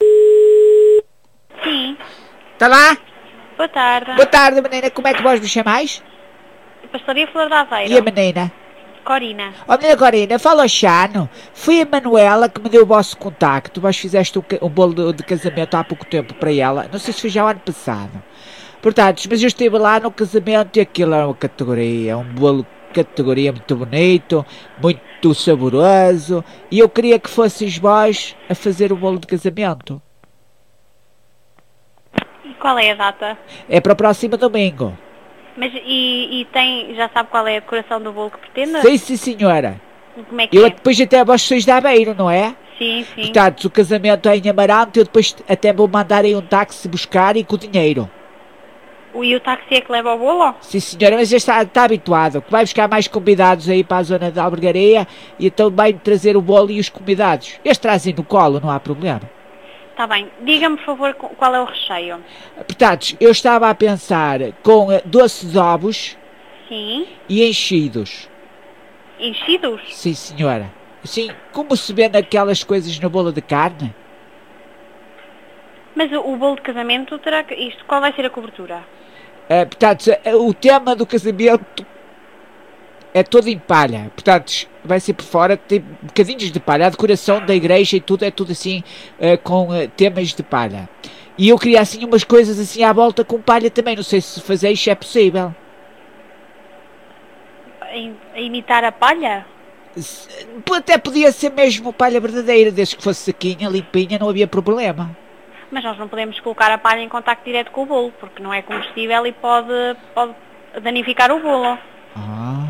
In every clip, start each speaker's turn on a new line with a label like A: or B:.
A: Está Tá lá?
B: Boa tarde.
A: Boa tarde, menina. Como é que vós vos chamais?
B: Pastelaria Flor da Aveiro.
A: E a menina?
B: Corina.
A: Ó, menina Corina, fala ao Chano. Foi a Manuela que me deu o vosso contacto. Vós fizeste um, ca- um bolo de, de casamento há pouco tempo para ela. Não sei se foi já o ano passado. Portanto, mas eu estive lá no casamento e aquilo era uma categoria. Um bolo de categoria muito bonito, muito saboroso. E eu queria que fosseis vós a fazer o bolo de casamento.
B: E qual é a data?
A: É para o próximo domingo.
B: Mas e, e tem, já sabe qual é a decoração do bolo que pretende?
A: Sim, sim, senhora.
B: Como é que
A: Eu
B: é?
A: depois até vós sois da Beira, não é?
B: Sim, sim.
A: Portanto, o casamento é em Amarante, eu depois até vou mandar aí um táxi buscar e com o dinheiro.
B: O- E o táxi é que leva o bolo?
A: Sim, senhora, mas já está, está habituado, que vai buscar mais convidados aí para a zona da albergaria e então vai trazer o bolo e os convidados. Eles trazem no colo, não há problema.
B: Está Tá bem. Diga-me, por favor, co- qual é o recheio.
A: Portanto, eu estava a pensar com eh, doces de ovos
B: Sim.
A: e enchidos.
B: Enchidos?
A: Sim, senhora. Sim, como se vê naquelas coisas na bola de carne?
B: Mas o, o bolo de casamento terá que... Isto, qual vai ser a cobertura?
A: Eh, portanto, eh, o tema do casamento é todo em palha. Portanto, vai ser por fora, tem bocadinhos de palha. A decoração da igreja e tudo é tudo assim, eh, com eh, temas de palha. E eu queria assim umas coisas assim à volta com palha também. Não sei se fazer isso é possível.
B: A im- a imitar a palha?
A: Se- Até podia ser mesmo palha verdadeira, desde que fosse sequinha, limpinha, não havia problema.
B: Mas nós não podemos colocar a palha em contacto direto com o bolo, porque não é comestível e pode, pode danificar o bolo.
A: Ah.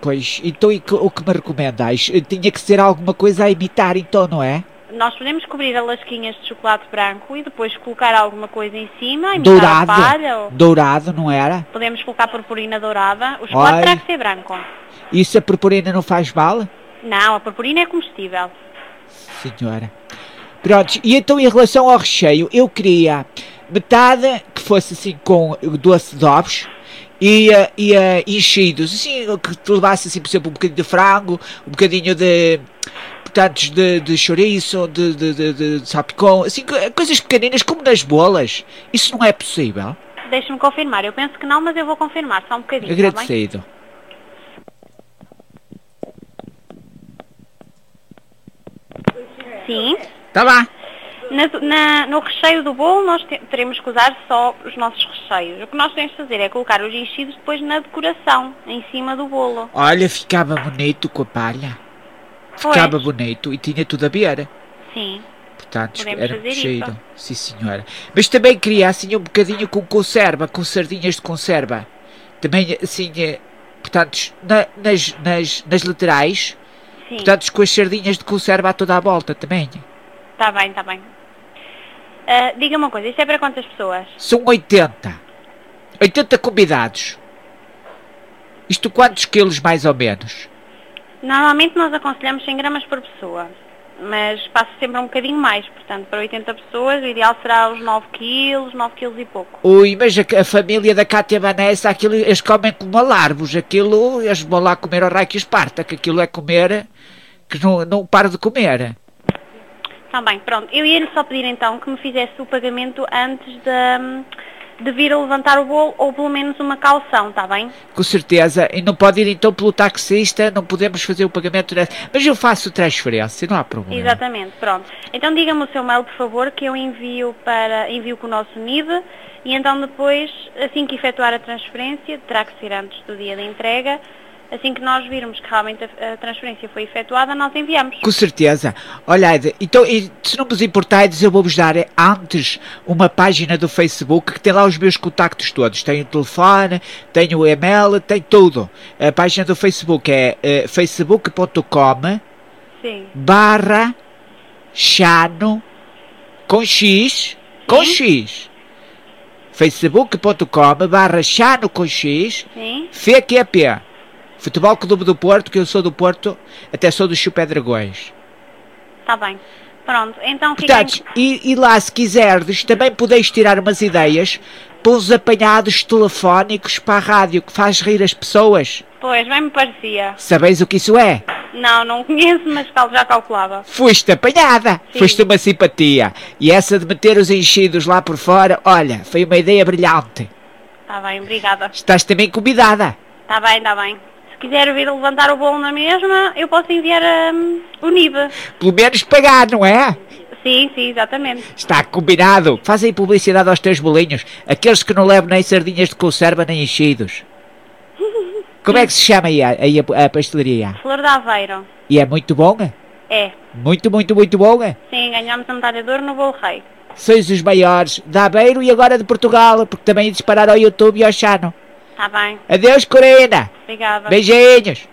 A: Pois, então e que- o que me recomendais? Eh, Tinha que ser alguma coisa a imitar, então, não é?
B: Nós podemos cobrir a lasquinhas de chocolate branco e depois colocar alguma coisa em cima, imitar
A: Dourado.
B: a palha, ou
A: Dourado, não era?
B: podemos colocar purpurina dourada. O chocolate
A: Ai.
B: terá que ser branco.
A: E se a purpurina não faz mal?
B: Não, a purpurina é comestível.
A: Senhora. Pronto, e então em relação ao recheio, eu queria metade que fosse assim com doce de ovos e, eh, e eh, enchidos, assim, que te levasse assim, por exemplo, um bocadinho de frango, um bocadinho de, portanto, de, de chouriço, de, de, de, de salpicão, assim, co- coisas pequeninas como nas bolas. Isso não é possível.
B: Deixa-me confirmar. Eu penso que não, mas eu vou confirmar só um bocadinho, está bem?
A: Agradecido.
B: Sim.
A: Tá lá.
B: Na- na- no recheio do bolo nós te- teremos que usar só os nossos recheios. O que nós temos de fazer é colocar os enchidos depois na decoração, em cima do bolo.
A: Olha, ficava bonito com a palha.
B: Pois.
A: Ficava bonito e tinha tudo a ver.
B: Sim.
A: Portanto,
B: Podemos
A: era
B: fazer
A: cozido.
B: isso.
A: Sim, senhora. Mas também queria assim um bocadinho com conserva, com sardinhas de conserva. Também assim, eh, portanto, na- nas, nas, nas laterais,
B: Sim.
A: portanto, com as sardinhas de conserva a toda a volta também.
B: Está Tá bem, está bem. Ah, Diga-me uma coisa, isto é para quantas pessoas?
A: São 80. 80 convidados. Isto quantos quilos mais ou menos?
B: Normalmente nós aconselhamos 100 gramas por pessoa, mas passa sempre um bocadinho mais, portanto para 80 pessoas o ideal será os 9 quilos, 9 quilos e pouco.
A: Ui, mas a, a família da Cátia Vanessa, aquilo, eles comem como alarvos, aquilo, eles vão lá comer ao raio que esparta, que aquilo é comer, que não, não para de comer.
B: Está Tá bem, pronto. Eu ia-lhe só pedir então que me fizesse o pagamento antes de, de vir a levantar o bolo ou pelo menos uma calção, está bem?
A: Com certeza, e não pode ir então pelo taxista, não podemos fazer o pagamento dessa. Mas eu faço transferência, não há problema.
B: Exatamente, pronto. Então diga-me o seu mail, por favor, que eu envio para envio com o nosso NID e então depois, assim que efetuar a transferência, terá que ser antes do dia da entrega, assim que nós virmos que realmente a, a transferência foi efetuada, nós enviamos.
A: Com certeza. Olha, Aida, então, e se não vos importardes, eu vou-vos dar eh, antes uma página do Facebook que tem lá os meus contactos todos. Tenho o telefone, tenho o e-mail, tem tudo. A página do Facebook é eh, facebook.com
B: Sim.
A: barra chano com x com x facebook.com barra chano com x
B: Sim?
A: FQP Futebol Clube do Porto que eu sou do Porto até sou do Chupé Dragões
B: Está Tá bem. Pronto, então fica...
A: portanto e, e lá se quiserdes também podeis tirar umas ideias para uns apanhados telefónicos para a rádio que faz rir as pessoas
B: Pois, bem me parecia.
A: sabeis o que isso é?
B: Não, não conheço, mas cal- já calculava.
A: Foste apanhada,
B: Sim.
A: foste uma simpatia. E essa de meter os enchidos lá por fora, olha, foi uma ideia brilhante.
B: Está Tá bem, obrigada.
A: Estás também convidada.
B: Está bem, está bem. Se quiser vir levantar o bolo na mesma, eu posso enviar hum, o NIB.
A: Pelo menos pagar, não é?
B: Sim, sim, exatamente.
A: Está combinado. Fazem publicidade aos teus bolinhos. Aqueles que não levam nem sardinhas de conserva nem enchidos. Como é que se chama aí a, aí a- a pastelaria?
B: Flor de Aveiro.
A: E é muito bom?
B: É.
A: Muito, muito, muito bom?
B: Sim, ganhámos a medalha de ouro no bolo rei.
A: Sois os maiores da Aveiro e agora de Portugal, porque também dispararam ao YouTube e ao Chano.
B: Está Tá bem,
A: Adeus, Corina.
B: obrigada.
A: Beijinhos.